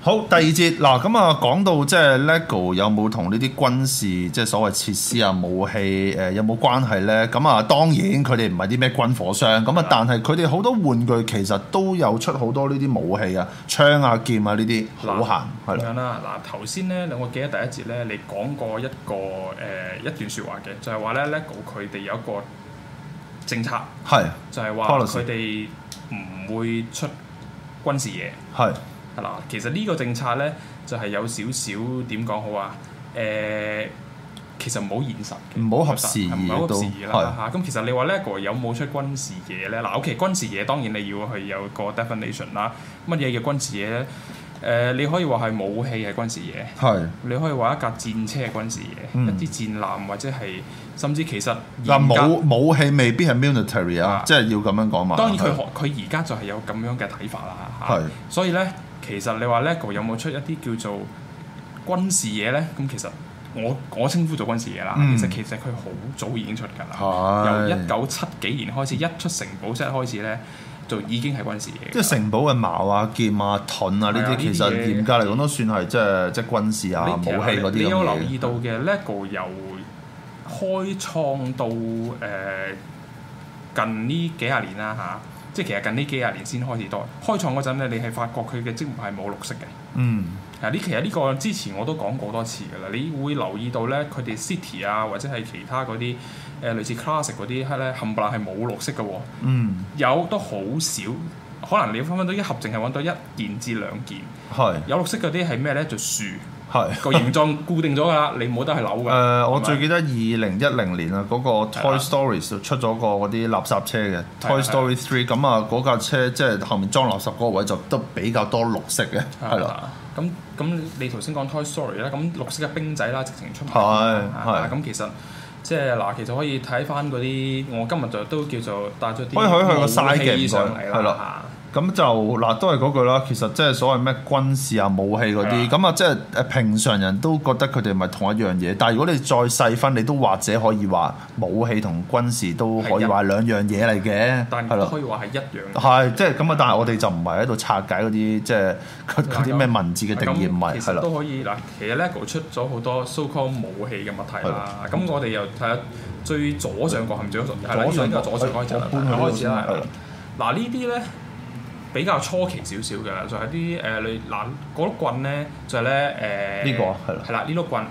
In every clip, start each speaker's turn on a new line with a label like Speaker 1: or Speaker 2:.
Speaker 1: 好，第二節嗱，咁啊講到即係 LEGO 有冇同呢啲軍事即係所謂設施啊、武器誒、呃有冇關係咧？咁啊當然佢哋唔係啲咩軍火商，咁啊但係佢哋好多玩具其實都有出好多呢啲武器啊、槍啊、劍啊呢啲好閒係
Speaker 2: 咁
Speaker 1: 啦，
Speaker 2: 樣啦，嗱頭先咧，我記得第一節咧，你講過一個誒、呃一段説話嘅，就係話咧 LEGO 佢哋有一個政策，
Speaker 1: 係
Speaker 2: 就係話
Speaker 1: Policy
Speaker 2: 佢哋唔會出軍事嘢。
Speaker 1: 係
Speaker 2: 係啦，其實呢個政策咧就係、有少少點講好啊？誒、其實唔好現實嘅，
Speaker 1: 唔好合時宜
Speaker 2: 唔好合時宜
Speaker 1: 都係
Speaker 2: 啦嚇。咁其實你話 LEGO 有冇出軍事嘢咧？嗱，OK，軍事嘢當然你要去有個 definition 啦。乜嘢叫軍事嘢咧？誒、你可以話係武器係軍事嘢，
Speaker 1: 係。
Speaker 2: 你可以話一架戰車係軍事嘢，
Speaker 1: 嗯
Speaker 2: 一啲戰艦或者係甚至其實
Speaker 1: 嗱
Speaker 2: 嚴格
Speaker 1: 武武器未必係 military 啊
Speaker 2: 啊，
Speaker 1: 即係要咁樣講嘛。
Speaker 2: 當然佢
Speaker 1: 係
Speaker 2: 學佢而家就係有咁樣嘅睇法啦嚇。
Speaker 1: 係
Speaker 2: 所以咧，其實你話 LEGO 有冇出一啲叫做軍事嘢咧？咁其實我我稱呼做軍事嘢啦。
Speaker 1: 嗯
Speaker 2: 其實其實佢好早已經出㗎啦，由一
Speaker 1: 係，
Speaker 2: 九七幾年開始，一出城堡 set 開始咧，就已經係軍事嘢㗎啦。
Speaker 1: 即係城堡嘅矛啊、劍啊、盾啊呢
Speaker 2: 係啊
Speaker 1: 啲，
Speaker 2: 呢啲
Speaker 1: 其實
Speaker 2: 嘢
Speaker 1: 嚴格嚟講都算係即係即係軍事啊、武
Speaker 2: 你
Speaker 1: 器嗰啲咁嘅嘢。
Speaker 2: 你有留意到嘅 LEGO 由開創到誒、呃近呢幾廿年啦吓、即係其實近呢幾廿年先開始多。開創嗰陣咧，你係發覺佢嘅積木係冇綠色嘅。
Speaker 1: 嗯，
Speaker 2: 嗱，呢其實呢個之前我都講過多次㗎啦，你會留意到咧，佢哋 City 啊，或者係其他嗰啲誒類似 Classic 嗰啲咧，冚唪唥係冇綠色嘅喎，
Speaker 1: 嗯，
Speaker 2: 有都好少，可能你分分到一盒淨係揾到一件至兩件，
Speaker 1: 係
Speaker 2: 有綠色嗰啲係咩咧？就樹
Speaker 1: 係。
Speaker 2: 個形狀固定咗㗎啦，你冇得去扭
Speaker 1: 誒、
Speaker 2: 㗎。
Speaker 1: 我
Speaker 2: 係咪
Speaker 1: 最記得二零一零年啊，嗰、個
Speaker 2: 係
Speaker 1: Toy
Speaker 2: 啊
Speaker 1: Stories 就出咗個嗰啲垃圾車嘅
Speaker 2: 係啊
Speaker 1: Toy Story Three，咁啊嗰架車即係後面裝垃圾嗰個位就都比較多綠色嘅，係啦，
Speaker 2: 啦。啊咁咁你頭先講 Toy Story 啦，咁綠色嘅冰仔啦，直情出埋。
Speaker 1: 係
Speaker 2: 啊
Speaker 1: 係
Speaker 2: 咁其實即係嗱，其實可以睇翻嗰啲，我今日就都叫做帶咗啲
Speaker 1: 可以可以去個 side 嘅
Speaker 2: 武器
Speaker 1: 唔該
Speaker 2: 上嚟
Speaker 1: 係啦
Speaker 2: 啦。
Speaker 1: 咁就嗱，都係嗰句啦。其實即係所謂咩軍事啊、武器嗰
Speaker 2: 係
Speaker 1: 啲，
Speaker 2: 啊
Speaker 1: 咁啊即係誒平常人都覺得佢哋唔係同一樣嘢。但係如果你再細分，你都或者可以話武器同軍事都可以話兩樣嘢嚟嘅，
Speaker 2: 但
Speaker 1: 係
Speaker 2: 係都
Speaker 1: 啦
Speaker 2: 可。以話係一樣嘅。
Speaker 1: 係，即係咁啊！但係我哋就唔係喺度拆解嗰啲即係嗰嗰啲咩文字嘅定義，唔
Speaker 2: 咁
Speaker 1: 係
Speaker 2: 其
Speaker 1: 係
Speaker 2: 實
Speaker 1: 啦，
Speaker 2: 都可以嗱，其實 LEGO 出咗好多 so called 武器嘅物體
Speaker 1: 係
Speaker 2: 啦。咁我哋又睇下最左上角係咪最左上角？係
Speaker 1: 左
Speaker 2: 啦，呢個
Speaker 1: 上
Speaker 2: 應
Speaker 1: 角
Speaker 2: 該左上角開始啦，
Speaker 1: 我搬去呢度
Speaker 2: 開始
Speaker 1: 先
Speaker 2: 啦。係
Speaker 1: 係
Speaker 2: 啦
Speaker 1: 啦
Speaker 2: 嗱呢啲咧比較初期少少嘅，就係啲誒類嗱嗰碌棍咧，就係咧誒
Speaker 1: 呢個係啦
Speaker 2: 係啦呢碌棍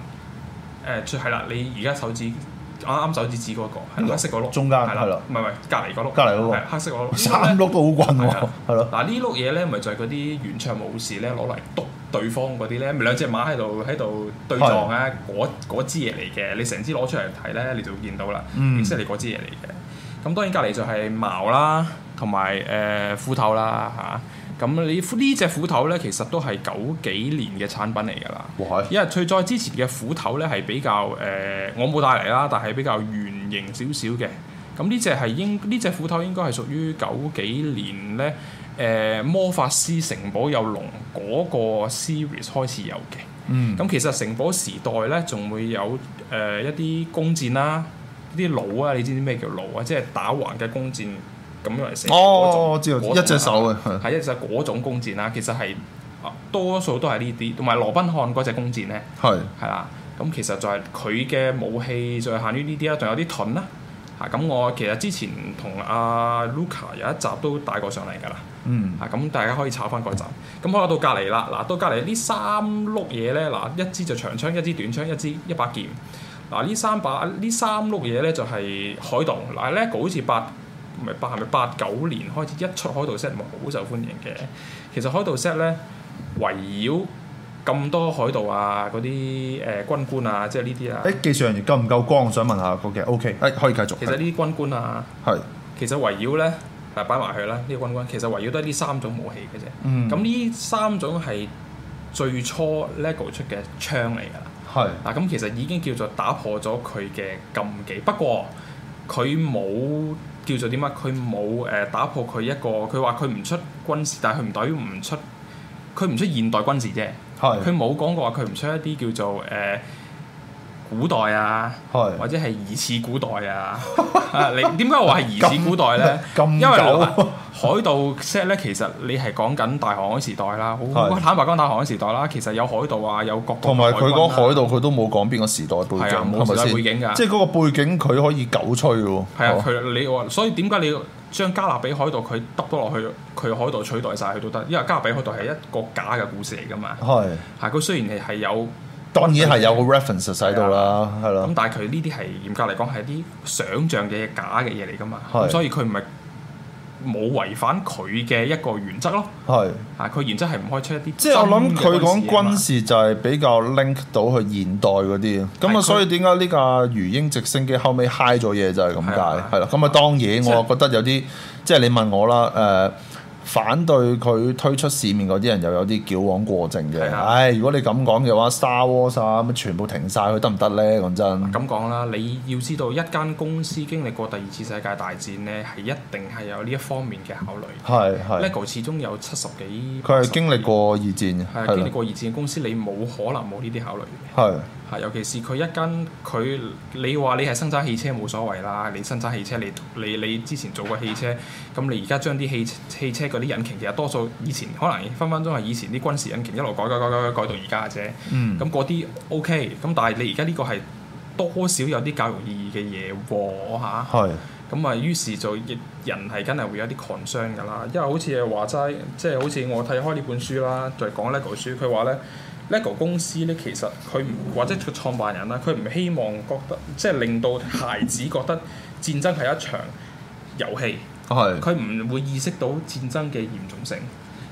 Speaker 2: 誒最係啦，你而家手指啱啱手指指嗰個
Speaker 1: 呢
Speaker 2: 係
Speaker 1: 個
Speaker 2: 黑色嗰碌，
Speaker 1: 中間
Speaker 2: 係
Speaker 1: 係啦
Speaker 2: 啦，唔係唔係隔離嗰碌，
Speaker 1: 隔離嗰個
Speaker 2: 係黑色嗰碌，
Speaker 1: 三碌都好棍
Speaker 2: 係
Speaker 1: 喎
Speaker 2: 啊，
Speaker 1: 係咯，
Speaker 2: 嗱呢碌嘢咧，咪就係嗰啲原唱武士咧攞嚟督對方嗰啲咧，咪兩隻馬喺度喺度對撞啊！嗰嗰支嘢嚟嘅，你成支攞出嚟睇咧，你就會見到啦，
Speaker 1: 嗯
Speaker 2: 亦即係你嗰支嘢嚟嘅。咁當然隔離就係矛啦，同埋誒斧頭啦嚇。咁、你呢只斧頭咧，其實都係九幾年嘅產品嚟㗎啦。
Speaker 1: 哇係
Speaker 2: 因為最再之前嘅斧頭咧係比較誒、呃我冇帶嚟啦，但係比較圓形少少嘅。咁呢只係應呢只斧頭應該係屬於九幾年咧誒、呃魔法師城堡有龍嗰個 series 開始有嘅。
Speaker 1: 嗯，
Speaker 2: 咁其實城堡時代咧，仲會有誒、呃一啲弓箭啦，啲弩啊，你知唔知咩叫弩啊？即係打橫嘅弓箭咁樣嚟射。嗰種
Speaker 1: 哦，我知道
Speaker 2: 嗰種啊
Speaker 1: 一隻手啊嘅，係
Speaker 2: 係一隻嗰種弓箭啦，其實係啊多數都係呢啲，同埋羅賓漢嗰隻弓箭咧。
Speaker 1: 係
Speaker 2: 係啦。咁其實就係佢嘅武器就係限於呢啲啦，仲有啲盾啦。嚇咁我其實之前同阿 Luca 有一集都帶過上嚟㗎啦。
Speaker 1: 嗯
Speaker 2: 嚇啊咁大家可以炒翻嗰集。咁好啦，到隔離啦。嗱，到隔離呢三碌嘢咧，嗱一支就長槍，一支短槍，一支一把劍。嗱呢三把呢三碌嘢咧就係海盜。嗱 LEGO 好似八唔係八係咪八九年開始一出海盜 set 咪好受歡迎嘅。其實海盜 set 咧圍繞咁多海盜啊，嗰啲誒軍官啊，即係呢啲啊。
Speaker 1: 誒技術人員夠唔夠光？我想問下嗰嘅，OK，誒可以繼續，
Speaker 2: 其實呢啲軍官啊，
Speaker 1: 係
Speaker 2: 其實圍繞咧嗱擺埋佢啦，呢個軍軍其實圍繞都係呢三種武器嘅啫。
Speaker 1: 嗯，
Speaker 2: 咁呢三種係最初 LEGO 出嘅槍嚟㗎啦。
Speaker 1: 係
Speaker 2: 嗱，咁其實已經叫做打破咗佢嘅禁忌，不過佢冇叫做啲乜，佢冇誒打破佢一個，佢話佢唔出軍事，但係佢唔代表唔出，佢唔出現代軍事啫，佢
Speaker 1: 係
Speaker 2: 冇講過話佢唔出一啲叫做誒、呃古代啊，
Speaker 1: 係
Speaker 2: 或者係疑似古代啊， 啊你點解我話係疑似古代咧？
Speaker 1: 咁
Speaker 2: 因為嗱
Speaker 1: 久
Speaker 2: 海盜 set 咧，其實你係講緊大航海時代啦，好
Speaker 1: 係
Speaker 2: 坦白講大航海時代啦，其實有海盜啊，有各國
Speaker 1: 同埋佢講
Speaker 2: 軍啊
Speaker 1: 海盜，佢都冇講邊個時代背
Speaker 2: 係啊
Speaker 1: 景，
Speaker 2: 冇時代
Speaker 1: 係咪
Speaker 2: 背景
Speaker 1: 先？
Speaker 2: 㗎
Speaker 1: 即係嗰個背景，佢可以狗吹喎。
Speaker 2: 係啊，
Speaker 1: 哦
Speaker 2: 佢你話，所以點解你將加勒比海盜佢揼到落去，佢海盜取代晒佢都得，因為加勒比海盜係一個假嘅故事嚟噶嘛。
Speaker 1: 哦係
Speaker 2: 係佢雖然係係有，
Speaker 1: 當然係有個 reference 喺度啦，係啦
Speaker 2: 咁，但係啊佢呢啲係嚴格嚟講係啲想像嘅假嘅嘢嚟噶嘛。
Speaker 1: 係
Speaker 2: 咁所以佢唔係冇違反佢嘅一個原則咯。
Speaker 1: 係。
Speaker 2: 啊，佢原則係唔可以出一啲
Speaker 1: 即係我諗佢講軍
Speaker 2: 事啊
Speaker 1: 事就係比較 link 到去現代嗰啲啊，咁
Speaker 2: 係
Speaker 1: 啊
Speaker 2: 佢
Speaker 1: 所以點解呢架魚鷹直升機後尾 high 咗嘢就係咁解，
Speaker 2: 係啊
Speaker 1: 係啦。咁啊當然
Speaker 2: 即係
Speaker 1: 我覺得有啲即係你問我啦，誒、反對佢推出市面嗰啲人又有啲矯枉過正嘅。
Speaker 2: 係啊
Speaker 1: 唉，如果你咁講嘅話，Star Wars 啊咁全部停晒佢得唔得咧？講真，
Speaker 2: 咁講啦，你要知道一間公司經歷過第二次世界大戰咧，係一定係有呢一方面嘅考慮。
Speaker 1: 係係，
Speaker 2: LEGO 始終有七十幾，
Speaker 1: 佢係經歷過二戰，
Speaker 2: 係
Speaker 1: 係
Speaker 2: 經歷
Speaker 1: 啦
Speaker 2: 過二戰嘅公司，你冇可能冇呢啲考慮嘅。
Speaker 1: 係
Speaker 2: 係，尤其是佢一間佢，你話你係生產汽車冇所謂啦，你生產汽車，你你你之前做過汽車，咁你而家將啲汽汽車嗰啲引擎，其實多數以前可能分分鐘係以前啲軍事引擎一路改改改改改改到而家嘅啫。
Speaker 1: 嗯
Speaker 2: 咁嗰啲 OK，咁但係你而家呢個係多少有啲教育意義嘅嘢喎嚇。
Speaker 1: 係
Speaker 2: 咁啊，於是就亦人係梗係會有啲 concern 㗎啦，因為好似你話齋，即係好似我睇開呢本書啦，就係講 LEGO 書，佢話咧 LEGO 公司咧其實佢唔或者佢創辦人啦，佢唔希望覺得即係令到孩子覺得戰爭係一場遊戲，
Speaker 1: 係
Speaker 2: 佢唔會意識到戰爭嘅嚴重性，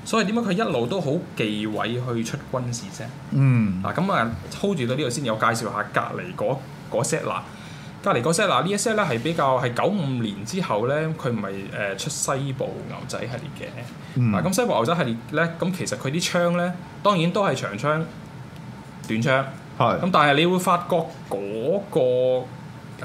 Speaker 2: 所以點解佢一路都好忌諱去出軍事啫？
Speaker 1: 嗯
Speaker 2: 嗱咁啊，hold 住到呢度先，有介紹下隔離嗰嗰 set 啦。隔離嗰 set 嗱，呢一 set 咧係比較係九五年之後咧，佢唔係誒出西部牛仔系列嘅。啊
Speaker 1: 嗯
Speaker 2: 嗱咁、西部牛仔系列咧，咁其實佢啲槍咧，當然都係長槍、短槍。
Speaker 1: 係。
Speaker 2: 咁但係你會發覺嗰個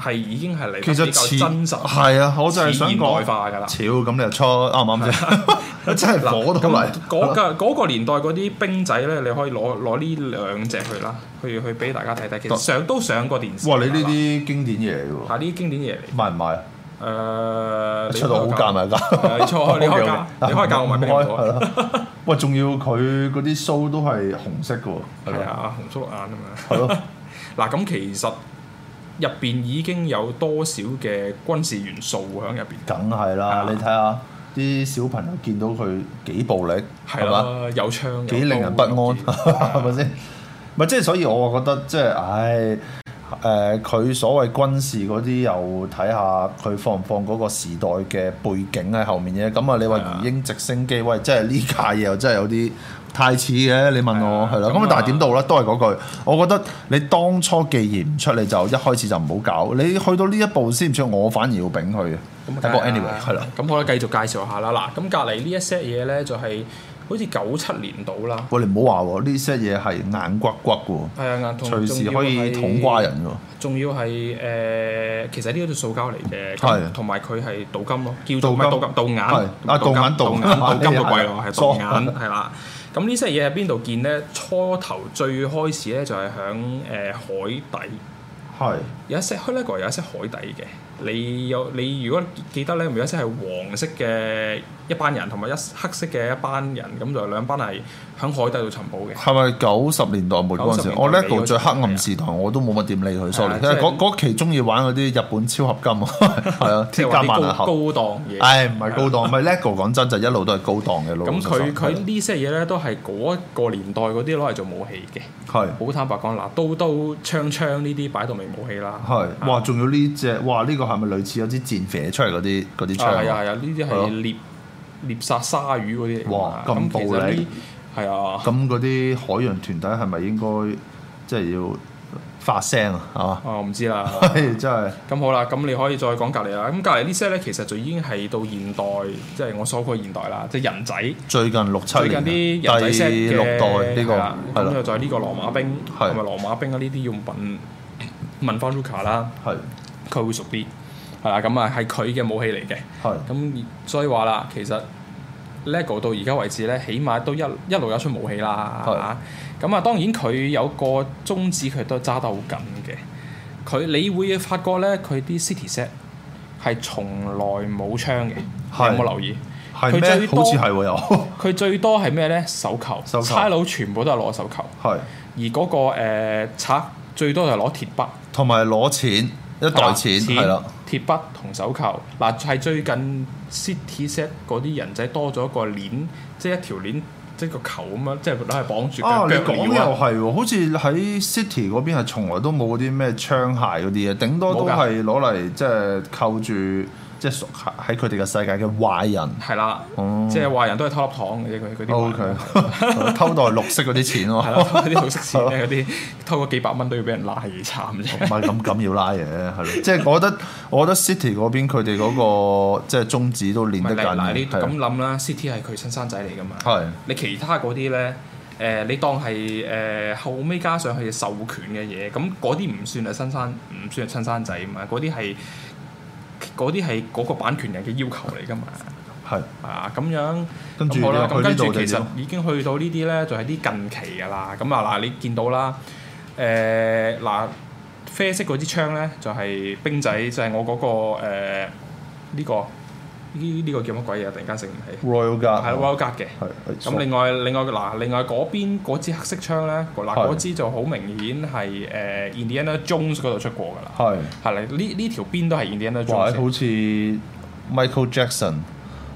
Speaker 2: 係已經係嚟
Speaker 1: 其
Speaker 2: 得
Speaker 1: 實
Speaker 2: 比較
Speaker 1: 似
Speaker 2: 真實，
Speaker 1: 係啊，我就係想
Speaker 2: 似現
Speaker 1: 講
Speaker 2: 代化㗎啦。
Speaker 1: 超咁你就出啱唔啱啫？ 真係火到嚟
Speaker 2: 嗱咁嗰個嗰個年代嗰啲兵仔咧，你可以攞攞呢兩隻去啦，去去俾大家睇睇。其實上都上過電視。
Speaker 1: 哇！你呢啲經典嘢嚟
Speaker 2: 係呢啲經典嘢
Speaker 1: 喎，買唔買啊？
Speaker 2: 嚟。誒，
Speaker 1: 出到好啊價
Speaker 2: 咪？
Speaker 1: 咪價，
Speaker 2: 係你錯哦你開價
Speaker 1: OK，OK
Speaker 2: 你開價我咪俾你
Speaker 1: 唔
Speaker 2: 唔
Speaker 1: 開
Speaker 2: 到啊
Speaker 1: 係啦。喂，仲要佢嗰啲須都係紅色嘅喎，
Speaker 2: 係
Speaker 1: 咪，
Speaker 2: 啊，紅叔眼啊嘛。
Speaker 1: 係咯，
Speaker 2: 嗱，咁其實入邊已經有多少嘅軍事元素喺入邊？
Speaker 1: 梗係
Speaker 2: 係
Speaker 1: 啦
Speaker 2: 啊。
Speaker 1: 你睇下啲小朋友見到佢幾暴力，
Speaker 2: 係
Speaker 1: 係嘛？
Speaker 2: 啦，有槍有刀，
Speaker 1: 幾令人不安，
Speaker 2: 有 劍
Speaker 1: 係咪先？咪即係所以我覺得即係唉。誒佢、所謂軍事嗰啲，又睇下佢放唔放嗰個時代嘅背景喺後面啫。咁啊，你話
Speaker 2: 係啊
Speaker 1: 魚鷹直升機，喂，即係呢架嘢又真係有啲太似嘅。你問我
Speaker 2: 係啊
Speaker 1: 係啦，
Speaker 2: 咁
Speaker 1: 咁
Speaker 2: 啊
Speaker 1: 啊，但係點到咧？都係嗰句，我覺得你當初既然唔出，你就一開始就唔好搞。你去到呢一步先唔出，我反而要丙佢嘅。
Speaker 2: 咁啊
Speaker 1: 不過
Speaker 2: 梗係
Speaker 1: anyway 係啦，
Speaker 2: 咁我咧繼續介紹下啦。嗱，咁隔離呢一 set 嘢咧，就係好似九七年到啦。
Speaker 1: 喂，你唔好話喎，呢些嘢係硬骨骨嘅
Speaker 2: 係啊，
Speaker 1: 喎，
Speaker 2: 同
Speaker 1: 隨時可以捅瓜。人嘅喎。
Speaker 2: 仲要係誒、呃其實呢個叫塑膠嚟嘅，
Speaker 1: 係啊
Speaker 2: 咁同埋佢係鍍金咯，叫做唔
Speaker 1: 鍍
Speaker 2: 係
Speaker 1: 金
Speaker 2: 鍍金鍍眼，
Speaker 1: 係啊
Speaker 2: 鍍金
Speaker 1: 鍍眼
Speaker 2: 鍍眼鍍金
Speaker 1: 係
Speaker 2: 就
Speaker 1: 啊
Speaker 2: 貴咯，係
Speaker 1: 疏
Speaker 2: 鍍眼係啦。咁呢些嘢喺邊度見咧？初頭最開始咧就係響誒海底，
Speaker 1: 係
Speaker 2: 有一些 h l e g o 有一些海底嘅。你有你如果記得咧，有一些係黃色嘅一班人，同埋一黑色嘅一班人，咁就兩班係響海底度尋寶嘅。
Speaker 1: 係咪九十年代末嗰陣時？
Speaker 2: 90
Speaker 1: 我
Speaker 2: 年代尾
Speaker 1: LEGO
Speaker 2: 嗰陣時
Speaker 1: 最黑暗時代我都冇乜點理佢，sorry。因
Speaker 2: 即
Speaker 1: 為
Speaker 2: 係
Speaker 1: 嗰嗰期中意玩嗰啲日本超合金啊， 係啊，
Speaker 2: 即係
Speaker 1: 添
Speaker 2: 話
Speaker 1: 加
Speaker 2: 啲
Speaker 1: 萬能
Speaker 2: 高高
Speaker 1: 盒。
Speaker 2: 檔嘢，啊
Speaker 1: 唉，唔係高檔，唔係 LEGO 講真就一路都係高檔嘅老老
Speaker 2: 咁
Speaker 1: 實
Speaker 2: 佢
Speaker 1: 實
Speaker 2: 佢呢些嘢咧都係嗰個年代嗰啲攞嚟做武器嘅。
Speaker 1: 係
Speaker 2: 好坦白講，嗱，刀刀槍槍呢啲擺到明武器啦。
Speaker 1: 係哇，仲有呢只哇呢個係咪類似有支箭射出嚟嗰啲嗰啲
Speaker 2: 啊係啊
Speaker 1: 槍啊？
Speaker 2: 係啊，呢啲
Speaker 1: 係咯
Speaker 2: 係獵獵殺鯊魚嗰啲嚟㗎嘛。
Speaker 1: 哇咁
Speaker 2: 其
Speaker 1: 暴
Speaker 2: 實
Speaker 1: 力
Speaker 2: 呢係啊，
Speaker 1: 咁嗰啲海洋團體係咪應該即係要發聲啊，係嘛？
Speaker 2: 哦，我唔知啦。
Speaker 1: 係真係
Speaker 2: 咁好啦，咁你可以再講隔離啦。咁隔離呢些咧，其實就已經係到現代，即係我所講嘅現代啦，即係人仔。
Speaker 1: 最近六七
Speaker 2: 最近
Speaker 1: 年
Speaker 2: 啲
Speaker 1: 啊
Speaker 2: 人仔 set
Speaker 1: 第
Speaker 2: 嘅
Speaker 1: 六代
Speaker 2: 係
Speaker 1: 呢
Speaker 2: 啦
Speaker 1: 個係
Speaker 2: 咁
Speaker 1: 啦
Speaker 2: 就係呢個羅馬兵
Speaker 1: 係
Speaker 2: 同埋羅馬兵啊呢啲要問問翻 Luca 啦，，
Speaker 1: 係
Speaker 2: 佢會熟啲係啦。咁啊係佢嘅武器嚟嘅。
Speaker 1: 係
Speaker 2: 咁所以話啦，其實 LEGO 到而家為止咧，起碼都一一路有出武器啦。
Speaker 1: 係
Speaker 2: 啊咁啊，當然佢有個宗旨，佢都揸得好緊嘅。佢你會發覺咧，佢啲 city set 係從來冇槍嘅，
Speaker 1: 係
Speaker 2: 你有冇留意？
Speaker 1: 係
Speaker 2: 佢
Speaker 1: 咩？
Speaker 2: 最
Speaker 1: 好
Speaker 2: 多
Speaker 1: 似係喎又
Speaker 2: 佢最多係咩咧？手球，
Speaker 1: 手球
Speaker 2: 差佬全部都係攞手球，
Speaker 1: 係，
Speaker 2: 而嗰、個誒賊、最多就係攞鐵筆。
Speaker 1: 同埋攞錢一袋錢係啦，
Speaker 2: 鐵筆同手球嗱，係最近 City Set 嗰啲人仔多咗一個鏈，即係一條鏈，即係個球咁樣，即係攞嚟綁住
Speaker 1: 啊！
Speaker 2: 腳
Speaker 1: 你
Speaker 2: 腳
Speaker 1: 講又
Speaker 2: 鐐啊。
Speaker 1: 係喎，好似喺 City 嗰邊係從來都冇嗰啲咩槍械嗰啲嘢，頂多都
Speaker 2: 冇㗎
Speaker 1: 係攞嚟即係扣住即係屬喺佢哋嘅世界嘅壞人。
Speaker 2: 係啦，
Speaker 1: 哦啊
Speaker 2: 即係話人都係偷粒糖嘅啫，佢佢啲
Speaker 1: O
Speaker 2: 壞人
Speaker 1: K，偷 袋綠色嗰啲錢
Speaker 2: 係
Speaker 1: 喎，
Speaker 2: 啦，偷啲好識錢咧，嗰啲 偷個幾百蚊都要俾人拉，幾慘啫
Speaker 1: 哦唔。係咁咁要拉嘅，係咯。即係我覺得，我覺得 City 嗰邊佢哋嗰個即係宗旨 都練
Speaker 2: 唔
Speaker 1: 得
Speaker 2: 係嗱嗱，你
Speaker 1: 緊，
Speaker 2: 咁
Speaker 1: 係啊
Speaker 2: 諗啦，City 係佢親生仔嚟噶嘛。
Speaker 1: 係啊
Speaker 2: 你其他嗰啲咧，誒、你當係誒、後尾加上佢嘅授權嘅嘢，咁嗰啲唔算係親生，唔算係親生仔啊嘛，嗰啲係嗰啲係嗰個版權人嘅要求嚟噶嘛，
Speaker 1: 係。
Speaker 2: 啊咁樣，
Speaker 1: 跟住
Speaker 2: 咁好
Speaker 1: 你話
Speaker 2: 啦，咁
Speaker 1: 去呢
Speaker 2: 跟
Speaker 1: 度就
Speaker 2: 住其實
Speaker 1: 點啊
Speaker 2: 已經去到呢啲咧，就係啲近期噶啦，咁啊嗱，你見到啦，誒、嗱，啡色嗰支槍咧就係、兵仔，就係、我嗰、個呃呢、個呢呢、個叫乜鬼嘢啊？突然間醒唔起，
Speaker 1: Royal
Speaker 2: 係啊
Speaker 1: Guard，
Speaker 2: Royal Guard 嘅。
Speaker 1: 係
Speaker 2: 咁另外另外嗱，另外嗰邊嗰支黑色槍咧，嗱
Speaker 1: 係
Speaker 2: 嗰支就好明顯係誒、呃 Indiana Jones 嗰度出過㗎啦，
Speaker 1: 係
Speaker 2: 係啦，呢呢條邊都係 Indiana
Speaker 1: 哇，
Speaker 2: Jones 嘅。
Speaker 1: 好似 Michael Jackson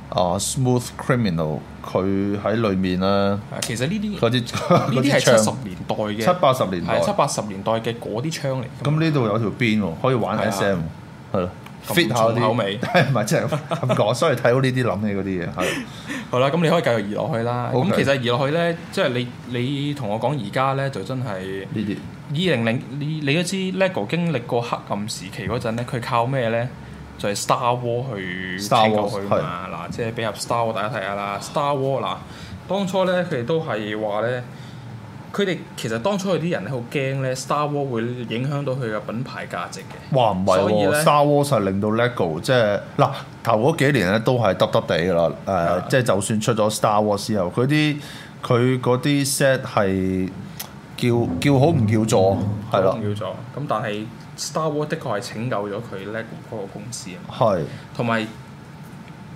Speaker 1: 啊，Smooth Criminal，佢喺裏面啦，
Speaker 2: 啊其實呢啲
Speaker 1: 嗰啲
Speaker 2: 呢
Speaker 1: 嗰
Speaker 2: 啲
Speaker 1: 啲
Speaker 2: 係七十
Speaker 1: 槍，
Speaker 2: 年代嘅，
Speaker 1: 七八十年代
Speaker 2: 係。七八十年代嘅嗰啲槍嚟㗎。
Speaker 1: 咁呢度有條邊喎，可以玩
Speaker 2: 係啊
Speaker 1: SM，係咯
Speaker 2: 咁
Speaker 1: ，fit 下
Speaker 2: 重口
Speaker 1: 啲，
Speaker 2: 味
Speaker 1: 係唔係即係咁講？所以睇到呢啲諗起嗰啲嘢係。
Speaker 2: 好啦，咁你可以繼續移落去啦。咁
Speaker 1: OK
Speaker 2: 其實移落去咧，即係你你同我講而家咧，就真係
Speaker 1: 呢啲
Speaker 2: 二零零你你嗰支 LEGO 經歷過黑暗時期嗰陣咧，佢靠咩咧？就係、Star War 去
Speaker 1: Star
Speaker 2: 拯救
Speaker 1: Wars，
Speaker 2: 佢嘛。嗱，即係俾入 Star War 大家睇下啦。Star War 嗱，當初咧佢哋都係話咧，佢哋其實當初有啲人咧好驚咧，Star War 會影響到佢嘅品牌價值嘅。
Speaker 1: 哇唔係
Speaker 2: 所以
Speaker 1: 喎
Speaker 2: 呢
Speaker 1: ，Star Wars 係令到 LEGO 即係嗱頭嗰幾年咧都係耷耷地噶啦，誒、
Speaker 2: 啊
Speaker 1: 即係就算出咗 Star Wars 之後，佢啲佢嗰啲 set 係叫叫好唔叫座係啦，
Speaker 2: 叫做咁，但係 Star War 的確係拯救咗佢 LEGO 嗰個公司啊。
Speaker 1: 係
Speaker 2: 同埋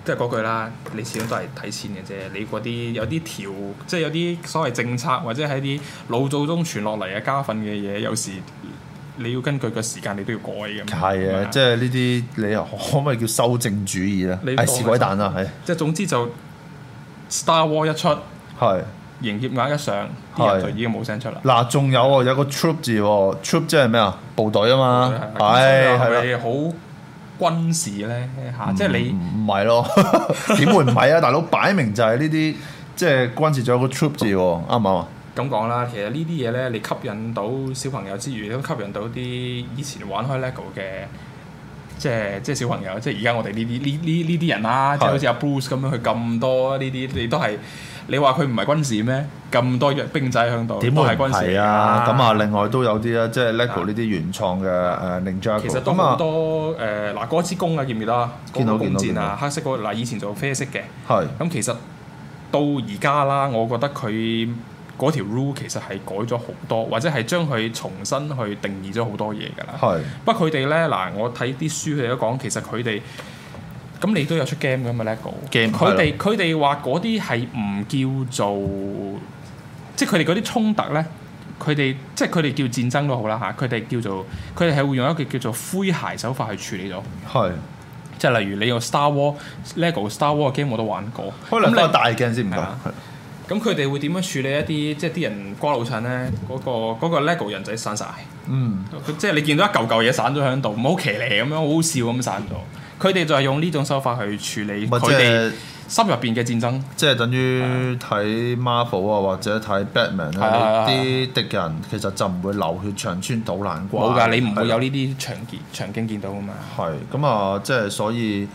Speaker 2: 即係嗰句啦，你始終都係睇錢嘅啫。你嗰啲有啲條，即係有啲所謂政策或者係啲老祖宗傳落嚟嘅家訓嘅嘢，有時你要根據個時間，你都要改嘅嘛。
Speaker 1: 係
Speaker 2: 係
Speaker 1: 啊
Speaker 2: 嘛，
Speaker 1: 即係呢啲你 可唔可以叫修正主義咧？
Speaker 2: 你啊
Speaker 1: 係是鬼蛋啊啦，係
Speaker 2: 即係總之就 Star War 一出，
Speaker 1: 係。
Speaker 2: 營業額一上，啲
Speaker 1: 係
Speaker 2: 人就已經冇聲出啦。
Speaker 1: 嗱，仲有喎，有個 troop 字喎，troop 即係咩啊？部隊啊嘛，
Speaker 2: 係
Speaker 1: 係係啊啦。
Speaker 2: 咪好軍事咧嚇？即係你。
Speaker 1: 唔係 咯，點會唔係啊？大佬擺明就係呢啲，即係軍事仲有個 troop 字喎，啱唔啱啊？
Speaker 2: 咁講啦，其實呢啲嘢咧，你吸引到小朋友之餘，都吸引到啲以前玩開 LEGO 嘅，即係即係小朋友，即係而家我哋呢啲呢呢呢啲人啦，即係好似阿 Bruce 咁樣，佢咁多呢啲，你都係你話佢唔係軍事咩？咁多藥兵仔喺度，
Speaker 1: 點
Speaker 2: 都
Speaker 1: 會
Speaker 2: 係
Speaker 1: 唔
Speaker 2: 軍事
Speaker 1: 係啊？咁啊，，另外都有啲啊，即係 LEGO 呢啲原創嘅誒 Ninja，
Speaker 2: 其實都
Speaker 1: 咁
Speaker 2: 好
Speaker 1: 啊，
Speaker 2: 多誒嗱，嗰支弓啊，記唔記得啊？
Speaker 1: 見到
Speaker 2: 嗰個弓
Speaker 1: 見到見
Speaker 2: 箭
Speaker 1: 到
Speaker 2: 啊，黑色嗰個嗱，以前就啡色嘅。
Speaker 1: 係
Speaker 2: 咁其實到而家啦，我覺得佢嗰條 rule 其實係改咗好多，或者係將佢重新去定義咗好多嘢㗎啦。
Speaker 1: 係
Speaker 2: 不過佢哋咧嗱，我睇啲書佢哋都講，其實佢哋咁你都有出 game 㗎嘛 LEGO。
Speaker 1: Game，
Speaker 2: 佢哋佢哋話嗰啲係唔叫做，即係佢哋嗰啲衝突咧。佢哋即係佢哋叫戰爭都好啦嚇，佢哋叫做佢哋係會用一個叫做詼諧手法去處理咗，
Speaker 1: 係。
Speaker 2: 即係例如你用 Star War、LEGO Star War 嘅 game 我都玩過，
Speaker 1: 開兩個大鏡先唔
Speaker 2: 係
Speaker 1: 該，
Speaker 2: 啊咁佢哋會點樣處理一啲即係啲人瓜老襯咧？嗰、個嗰、個 LEGO 人仔散晒，
Speaker 1: 嗯，
Speaker 2: 佢即係你見到一嚿嚿嘢散咗喺度，唔好騎呢咁樣，好好笑咁散咗。佢哋就係用呢種手法去處理
Speaker 1: 咪
Speaker 2: 佢
Speaker 1: 即
Speaker 2: 哋
Speaker 1: 係
Speaker 2: 心入邊嘅戰爭。
Speaker 1: 即係等於睇 Marvel 啊，或者睇 Batman
Speaker 2: 係啊
Speaker 1: 啊，你啲敵人其實就唔會流血長穿倒爛瓜。
Speaker 2: 冇㗎，你唔會有
Speaker 1: 呢。
Speaker 2: 呢啲場景場景見到㗎嘛。
Speaker 1: 係咁啊，即係所以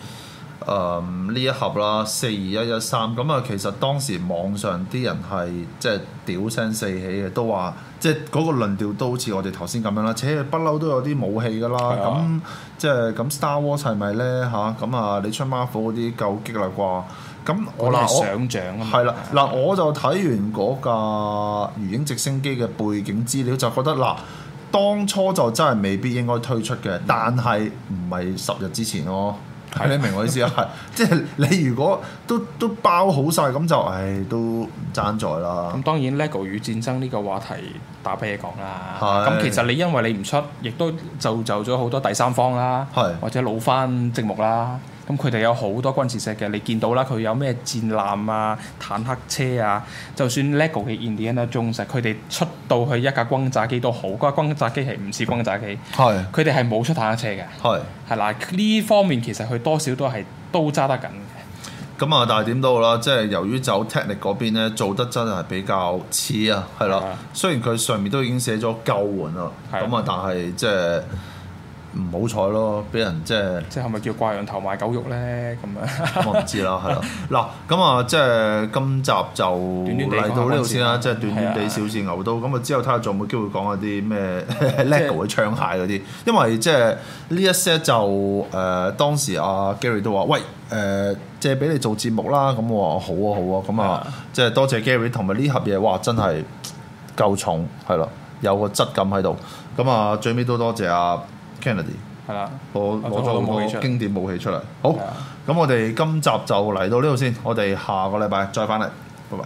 Speaker 1: 誒呢、一盒啦，四二一一三咁啊，其實當時網上啲人係即係屌聲四起嘅，都話即係嗰個論調都好似我哋頭先咁樣啦，且不嬲都有啲武器㗎啦，
Speaker 2: 係
Speaker 1: 咁、
Speaker 2: 啊
Speaker 1: 即係咁 Star Wars 係咪咧嚇？咁啊，你出 Marvel 嗰啲夠激啦啩？咁我
Speaker 2: 我係
Speaker 1: 嗱我。
Speaker 2: 想像啊嘛。
Speaker 1: 係啦，嗱，我就睇完嗰架魚影直升機嘅背景資料，就覺得嗱，當初就真係未必應該推出嘅，但係唔係十日之前咯。
Speaker 2: 嗯係
Speaker 1: 你明我意思啊？ 係即係你如果都都包好晒，咁就唉都唔爭在啦。
Speaker 2: 咁當然 LEGO 與戰爭呢個話題打俾你講啦。
Speaker 1: 係
Speaker 2: 咁其實你因為你唔出，亦都就就咗好多第三方啦，
Speaker 1: 係
Speaker 2: 或者老翻積木啦。咁佢哋有好多軍事石嘅，你見到啦，佢有咩戰艦啊、坦克車啊，就算 LEGO 嘅 Indiana Jones，佢啊哋出到去一架轟炸機都好，嗰架轟炸機係唔似轟炸機，
Speaker 1: 係
Speaker 2: 佢哋係冇出坦克車嘅，
Speaker 1: 係。
Speaker 2: 係啦，呢方面其實佢多少都係都揸得緊嘅，
Speaker 1: 咁啊，但係點都好啦，即係由於走 technic 嗰邊咧，做得真係比較似啊，係
Speaker 2: 係
Speaker 1: 啦
Speaker 2: 啊。
Speaker 1: 雖然佢上面都已經寫咗救援啦，
Speaker 2: 係啊
Speaker 1: 咁啊，但係即係唔好彩咯，俾人即係。
Speaker 2: 即係咪叫掛羊頭賣狗肉咧咁 樣？
Speaker 1: 我唔知啦，係啦。嗱，咁啊，即係今集就
Speaker 2: 短地
Speaker 1: 嚟到呢度先啦，
Speaker 2: 講下
Speaker 1: 即係短短
Speaker 2: 係
Speaker 1: 地
Speaker 2: 啊
Speaker 1: 小試牛刀。咁啊，之後睇下仲有冇機會講下啲咩 LEGO 嘅槍械嗰啲，因為即係呢一 set 就誒、呃、當時阿 Gary 都話：喂誒、呃借俾你做節目啦。咁我話好啊好啊。咁啊
Speaker 2: 係啊，
Speaker 1: 即係多謝 Gary 同埋呢盒嘢，哇！真係夠重，係啦，有個質感喺度。咁啊，最尾都多謝阿 Kennedy。
Speaker 2: 係啦，
Speaker 1: 我攞咗好多經典武器出嚟。好
Speaker 2: 係啊，
Speaker 1: 咁我哋今集就嚟到呢度先，我哋下個禮拜再翻嚟，拜拜。